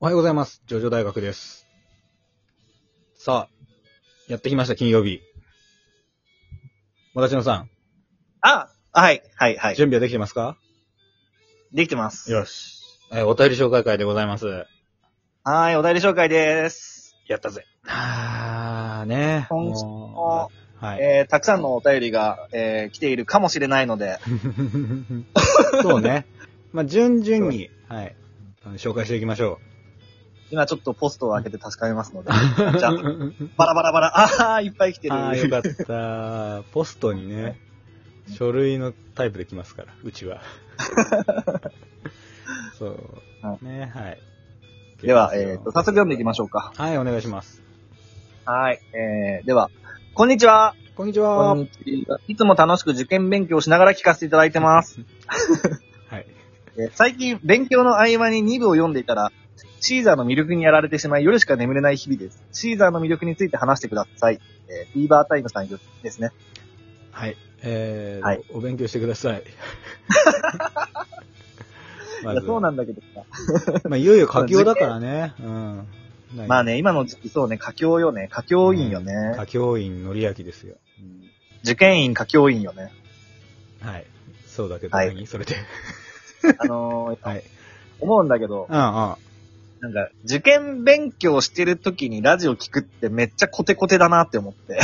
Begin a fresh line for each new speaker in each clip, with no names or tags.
おはようございます。ジョジョ大学です。さあ、やってきました、金曜日。私のさ
あ、はい、はい、は
ん、
い。
準備はできてますか
できてます。
よし。えーお便り紹介会でございます。
はーい、お題で紹介です。
やったぜ。はー、ねえ。
今週
もうはい。
えー、たくさんのお便りが、えー、来ているかもしれないので、
そう ね。まあ、順々に、はい。紹介していきましょ
今ちょっとポストを開けて確かめます ので、
う。
じゃあバラバラバラ、あー、いっぱい来てる。
ああ、よかった。ポストにね、書類のタイプできますから、うち は。そう。ね、はい。
では、えー、と、早速読んでいきましょうか。
はい、お願いします。
はい、えー、では、こんにちは。
こんにちは。
にちは。いつも楽しく受験勉強をしながら聞かせていただいてます。
はい。
えー最近、勉強の合間に2部を読んでいたら、シーザーの魅力にやられてしまい、夜しか眠れない日々です。シーザーの魅力について話してください。えー、フィーバータイムさんよりですね。
はい。えー、
はい
お勉強してくだ さい。ま
い
ず
や、そうなんだけどさ。
まあ、いよいよ佳境だからね。うん。
まあ
ね、
ね、今の時期そうね、佳境よね。佳境院よね。
佳境院のりあきですよ。
受験院、佳境院 よね。
はい。そうだけど、
はい
何それで。
あのー
はい。
思うんだけど
う、んうん。
なんか、受験勉強してる時にラジオ聞くってめっちゃコテコテだなって 思って。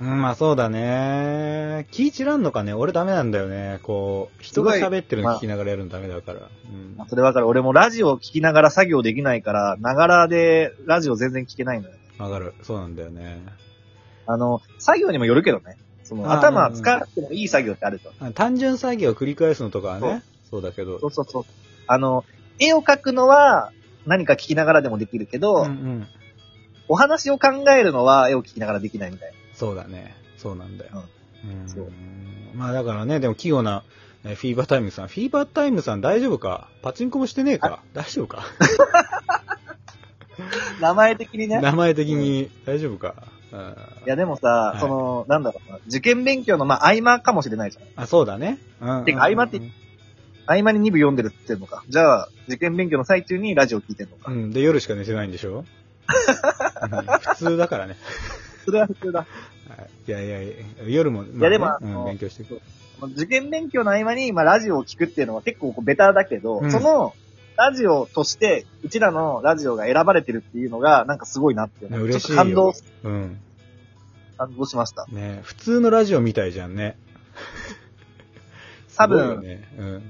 うん、まあそうだね。気散らんのかね。俺ダメなんだよね。こう、人が喋ってるの聞きながらやるのダメだから。うん。
それわかる。俺もラジオ聞きながら作業できないから、ながらでラジオ全然聞けないのよ。
わかる。そうなんだよね。
あの、作業にもよるけどね。その、
あー
頭使ってもいい作業ってあると。
あ単純作業を繰り返すのとかはね。そうだけど。
そうそうそう。あの、絵を描くのは何か聞きながらでもできるけど、
うんうん。
お話を考えるのは絵を聞きながらできないみたいな。
そうだね。そうなんだよ。うん。
そう
まあだからね、でも器用な、えフィーバータイムさん。フィーバータイムさん大丈夫かパチンコもしてねえか大丈夫か
名前的にね。
名前的に大丈夫か、うん、
いやでもさ、
はい
その、なんだろうな、受験勉強のまあ合間かもしれないじゃん。
あ、そうだね。うん。
てか合間って合間に2部読んでるって言ってんのか。じゃあ、受験勉強の最中にラジオ聞いてんのか。
うん。で、夜しか寝てないんでしょ、うん普通だからね。
それは普通だ。
はいいやいやいや、夜も、
いやでも
まあね
あの
うん、勉強していく。
受験勉強の合間に、まあ、ラジオを聞くっていうのは結構こうベタだけど、
うん
その、ラジオとして、うちらのラジオが選ばれてるっていうのが、なんかすごいなっていうの
ね
が。
嬉しいよ
ちょっと感動、
うん。
感動しました。
ね普通のラジオみたいじゃんね。
多
すごいよ
分、
ね。うん。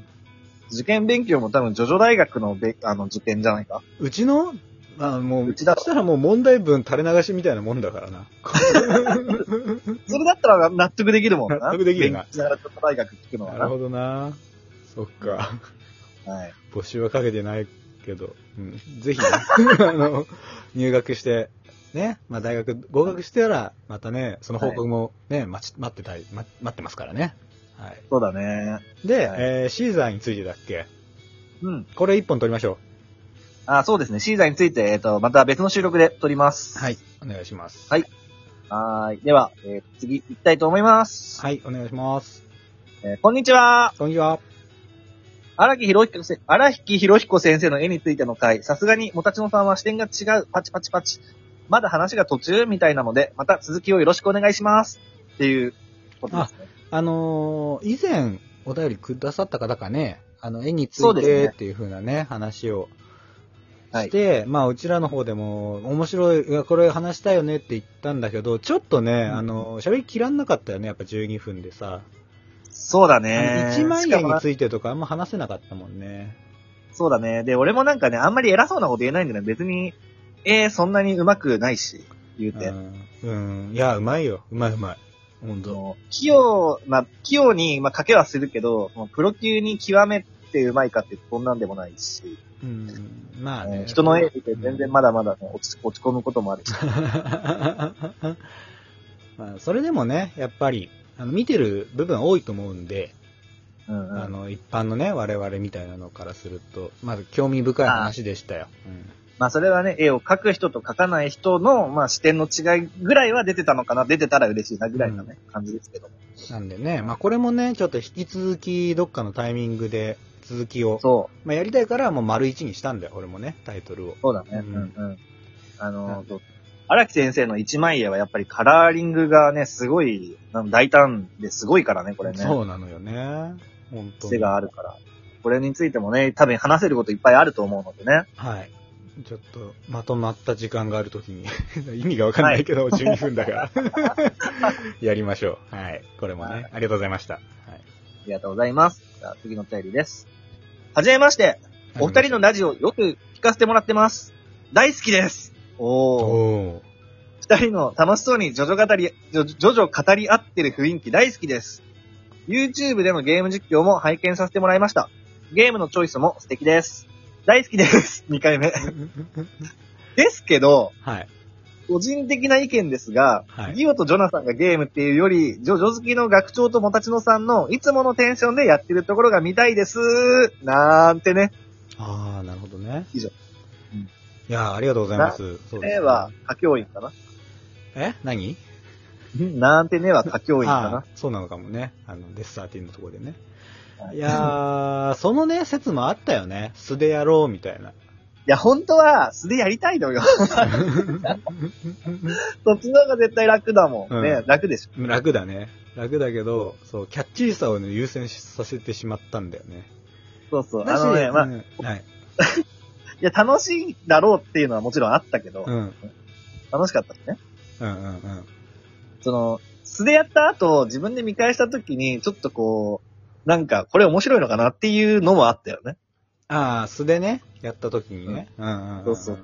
受験勉強も多分、ジョジョ大学のべあの受験じゃないか。
うちの、まあもう、
うちだ
そしたらもう問題文垂れ流しみたいなもんだから な。
それだったら納得できるもんな。
納得できるな
勉強しながらジョジョ大学聞くのは
な
な
る。ほどな。そっか。
はい。
募集はかけてないけど、うん。 ぜひ、ね、あの、入学して、ね、まあ大学合格してたら、またね、その報告もね、待ち、待ってたい、ま待ってますからね。はい。
そうだね。
で、
はい
えーシーザーについてだっけ
うん。
これ一本取りましょ
あ、そうですね。シーザーについて、えっ、と、また別の収録で撮ります。
う。はい。お願いします。
はいはーい。では、えー次行きたいと思います。
はい、お願いします。
えーこんにちは。
こんにちは。
荒木博彦せ荒木博彦先生の絵についての回、さすがにもたちのさんは視点が違う、パチパチパチ。まだ話が途中みたいなので、また続きをよろしくお願いします。っていうことですね。
あのー以前お便りくださった方かね、あの、絵につ
そ
いう
です
て
ね
っていう風なね、話を
はい
して、まあ、うちらの方でも、面白い、うわこれ話したいよねって言ったんだけど、ちょっとね、
ん
あの、喋りきらんなかったよね、やっぱ12分でさ。
そうだ
あ
ね
の。一枚
し
絵
か
に
も
ついてとかあんま話せなかったもんね。
そうだね。で、俺もなんかね、あんまり偉そうなこと言えないんだよね。別に、えー、そんなに上手くないし、言う
う
て。
ん。うん。いや、うまいよ。うまいうまい。ほん
そ
と。
の器用な、器用に、まあ、賭けはするけど、もうプロ級に極めて上手いかってそんなんでもないし、
うん。まあ
ね
ね。
人の絵見て全然まだまだ、ね、落ち落ち込むこともあるし。
まあ、それでもね、やっぱり、あの、見てる部分多いと思うんで、
うんうん
あの、一般のね、我々みたいなのからすると、まず興味深い話でしたよ。
まあそれはね、絵を描く人と描かない人の、まあ視点の違いぐらいは出てたのかな、出てたら嬉しいなぐらいのね、感じですけ
う
ど。
んなんでね、まあこれもね、ちょっと引き続き、どっかのタイミングで、続きを。
そう、
まあ、やりたいから、もう丸一にしたんだよ、俺もね、タイトルを。
そうだね。
う
うんん、うん。あ
う
の、そう荒木先生の一枚絵はやっぱりカラーリングがね、すごい、なん大胆ですごいからね、これね。
そうなのよね。本当に
癖があるから。これについてもね、多分話せることいっぱいあると思うのでね。
はい。ちょっと、まとまった時間があるときに、 意味がわかんないけど、12分だ から。やりましょう。はい。これも
は
ね、ありがとうございました。はい。
ありがとうございます。じゃあ次のお便りです。はじめまして。お二人のラジオよく聞かせてもらってます。大好きです。おー。
おー
二人の楽しそうにジョジョ語り、ジョジョジョ語り合ってる雰囲気大好きです。YouTube でのゲーム実況も拝見させてもらいました。ゲームのチョイスも素敵です。大好きです。2回目。 ですけど、
はい。
個人的な意見ですが、
はい
ギオとジョナさんがゲームっていうより、ジョジョ好きの学長とモタチノさんのいつものテンションでやってるところが見たいです。なんてね。
ああ、なるほどね。
以上うん
いやーありがとうございます。そうですね
ねは、歌教員かな
え何
なんてねは歌教員か
あ
な
あそうなのかもね。あの、デスサーティンのところでね。
はい
いやー、そのね、説もあったよね。素でやろう、みたい な。
いや、本当は素でやりたいのよ。 そっちの方が絶対楽だもん。
うん
ね、楽でしょ。
楽だね。楽だけど、そう、キャッチーさを、ね、優先させてしまったんだよね。
そうそう。
だ
あ
し
のね、まあ、
うん
い
はい。
や、楽しいだろうっていうのはもちろんあったけど、
うん。うん
楽しかったしね。
うんうん。
その、素でやった後、自分で見返した時に、ちょっとこう、なんか、これ面白いのかなっていうのもあったよね。
ああ、素でね、やった時にね。うんうんんん
そうそう。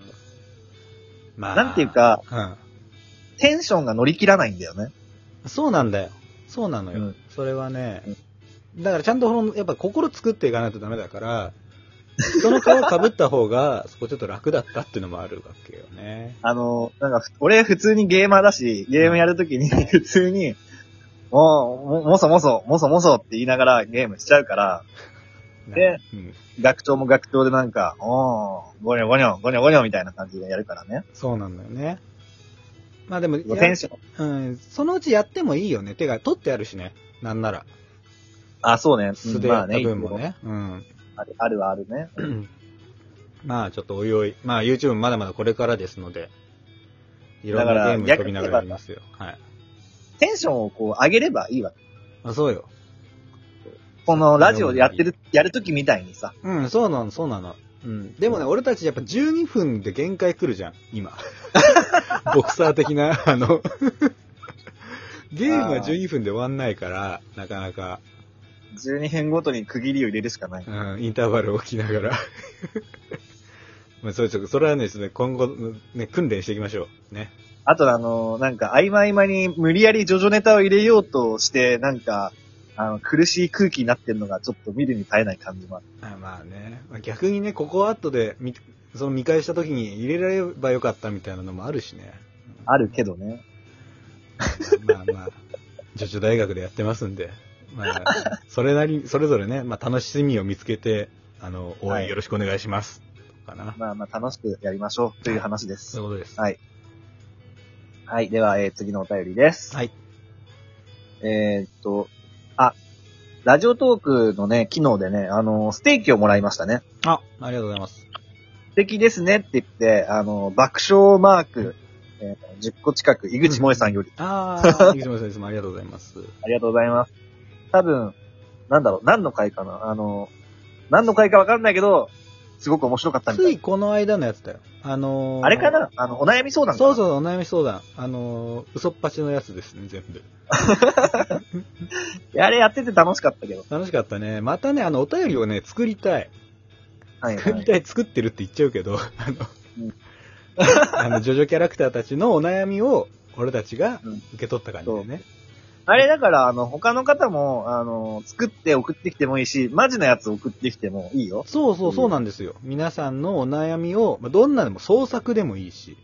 まあ。
なんていうか、
うん。
テンションが乗り切らないんだよね。
そうなんだよ。そうなのよ。
うん
それはね、だからちゃんとこの、やっぱ心作っていかないとダメだから、人の顔かぶった方が、 そこちょっと楽だったっていうのもあるわけよね。
あの、なんかふ、俺普通にゲーマーだし、ゲームやるときに普通に、もう、ももそもそ、もそもそって言いながらゲームしちゃうから、で
うん、
学長も学長でなんか、おー、ゴニョゴニョ、ゴニョゴニョみたいな感じでやるからね。
そうなんだよね。まあでも、や
テンション。
うん、そのうちやってもいいよね。手が取ってあるしね。なんなら。
あ、そうね。
素で
うん
や
まあ
った
ね、
分もね。うん。
あるあるはあるね。
まあちょっとおいおい。まあ YouTube まだまだこれからですので、いろん
だか
なゲ
ら
ーム飛びながらやりますよ。はい。
テンションをこう上げればいいわけ。
まあそうよ。
このラジオでやってる、やるときみたいにさ。
うん、そうなの、そうなの。うん。でもね、俺たちやっぱ12分で限界来るじゃん、 今。ボクサー的な、あ の、ゲームは12分で終わんないから、なかなか、
12編ごとに区切りを入れるしかない。
うん、インターバルを置きながら。 まあ、そういう、それはね、ですね、今後、ね、訓練していきましょう。ね。
あとあの、なんか合間合間に無理やりジョジョネタを入れようとして、なんか、あの、苦しい空気になってるのがちょっと見るに耐えない感じもある。
あまあね、まあ逆にね、ここは後で見、その見返した時に入れられればよかったみたいなのもあるしね。
あるけどね。
まあまあ、ジョジョ大学でやってますんで、まあ、それなりに、それぞれね、まあ楽しみを見つけて、あの、応
は
援
い
よろしくお願いします。かな。
まあまあ楽しくやりましょうという話で
そ
す
う。いうことです。
はい。はい。では、えー次のお便りです。
はい。
えーっと、あ、ラジオトークのね、機能でね、あの、ステーキをもらいましたね。
あ、ありがとうございます。
素敵ですねって言って、あの、爆笑マーク、えー10個近く、井口萌さんより、
ああ、ゆきもさんいつもありがとうございます。
ありがとうございます。多分、なんだろう、何の回かなあの、何の回かわかんないけど、すごく面白かったみた
つ
い
いこの間のやつだよ。あのー
あれかなあの、お悩み相談か
そ
な
うそう、お悩み相談。あのー嘘っぱちのやつですね、全部。
いやあれやってて楽しかったけど。
楽しかったね。またね、あの、お便りをね、作りたい。
はい、は
作り
い。
たい、作ってるって言っちゃうけど、あの
うん、
あの、ジョジョキャラクターたちのお悩みを、俺たちが
うん
受け取った感じでね。
あれだから、あの、他の方も、あの、作って送ってきてもいいし、マジなやつ送ってきてもいいよ。
そうそうそうなんですよ。皆さんのお悩みを、まあどんなでも創作でもいいし、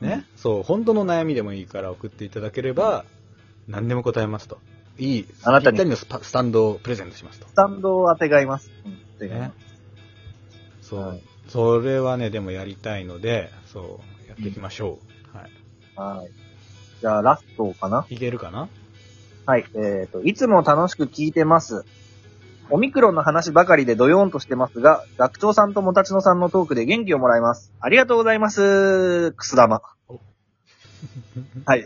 ね、そう、本当の悩みでもいいから送っていただければ、何でも答えますと。いい、
あなたに
ぴったりのスパスタンドをプレゼントしますと。
スタンドを当てがいます。うん、当てがいま
ね
す。。
そう、
はい
それはね、でもやりたいので、そう、やっていきましょう。は。
はい。じゃあ、ラストかない
いけるかな
はい。えっ、と、いつも楽しく聞いてます。オミクロンの話ばかりでドヨーンとしてますが、学長さんともたちのさんのトークで元気をもらいます。ありがとうございます。くす玉。はい。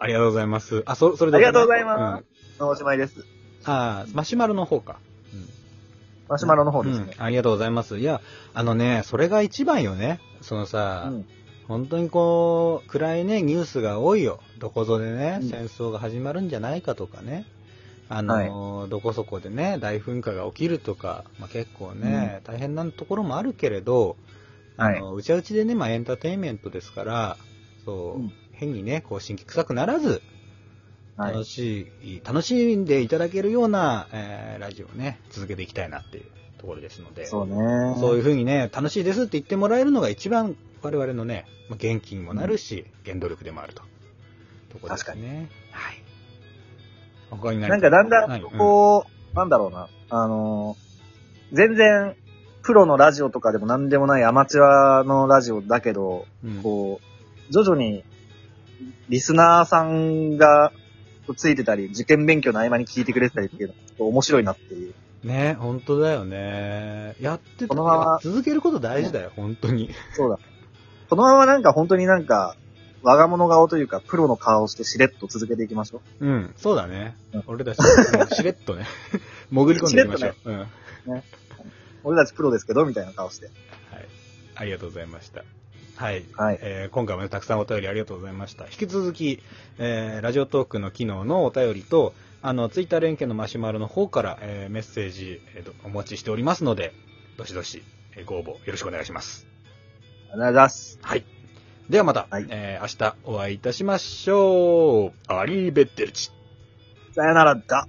ありがとうございます。あ、そ、それだ
あ
けね
りがとうございます。おしまいです。
うんあーマシュマロの方か。
マシュマロの方ですね。
うん。ありがとうございます。いや、あのね、それが一番よね。その
う
さ、
ん。
本当にこう、暗いね、ニュースが多いよ。どこぞでね、
うん
戦争が始まるんじゃないかとかね。あの、どこそこでね、大噴火が起きるとか、まあ、結構ね、大変なところもあるけれど、あの、うちはうちでね、まあ、エンターテインメントですから、そう、
うん
変にね、こう、新規臭くならず、
はい。
楽しい、楽しんでいただけるような、えーラジオをね、続けていきたいなっていうところですので。
そうね。
そういうふうにね、楽しいですって言ってもらえるのが一番我々のね、まあ元気にもなるし、原動力でもあると。とこですね。はい。他に何
なんかだんだ
はい
ん、こう、なんだろうな。あのー、全然、プロのラジオとかでも何でもないアマチュアのラジオだけど、
うん
こう、徐々に、リスナーさんがついてたり、受験勉強の合間に聞いてくれてたりっていうのがちょっと面白いなっていう。
ね、本当だよね。やってた
このまま
続けること大事だよ、本当に。
そうだ。このままなんか本当になんか、我が物顔というか、プロの顔をしてしれっと続けていきましょ
うん、そうだね
うん。
俺たち、しれっとね、 潜り込んでいきましょう。うん。はい。
う。俺たちプロですけど、みたいな顔して。
ありがとうございました。はい。
はい。
えー今回もねたくさんお便りありがとうございました。引き続き、えーラジオトークの機能のお便りと、あの、ツイッター連携のマシュマロの方から、えーメッセージ、えーとお持ちしておりますので、どしどし、えーご応募よろしくお願いします。
ありがとうございます。
はい。ではまた、
はい
えー明日お会いいたしましょう。アリーベッテルチ。
さよならだ。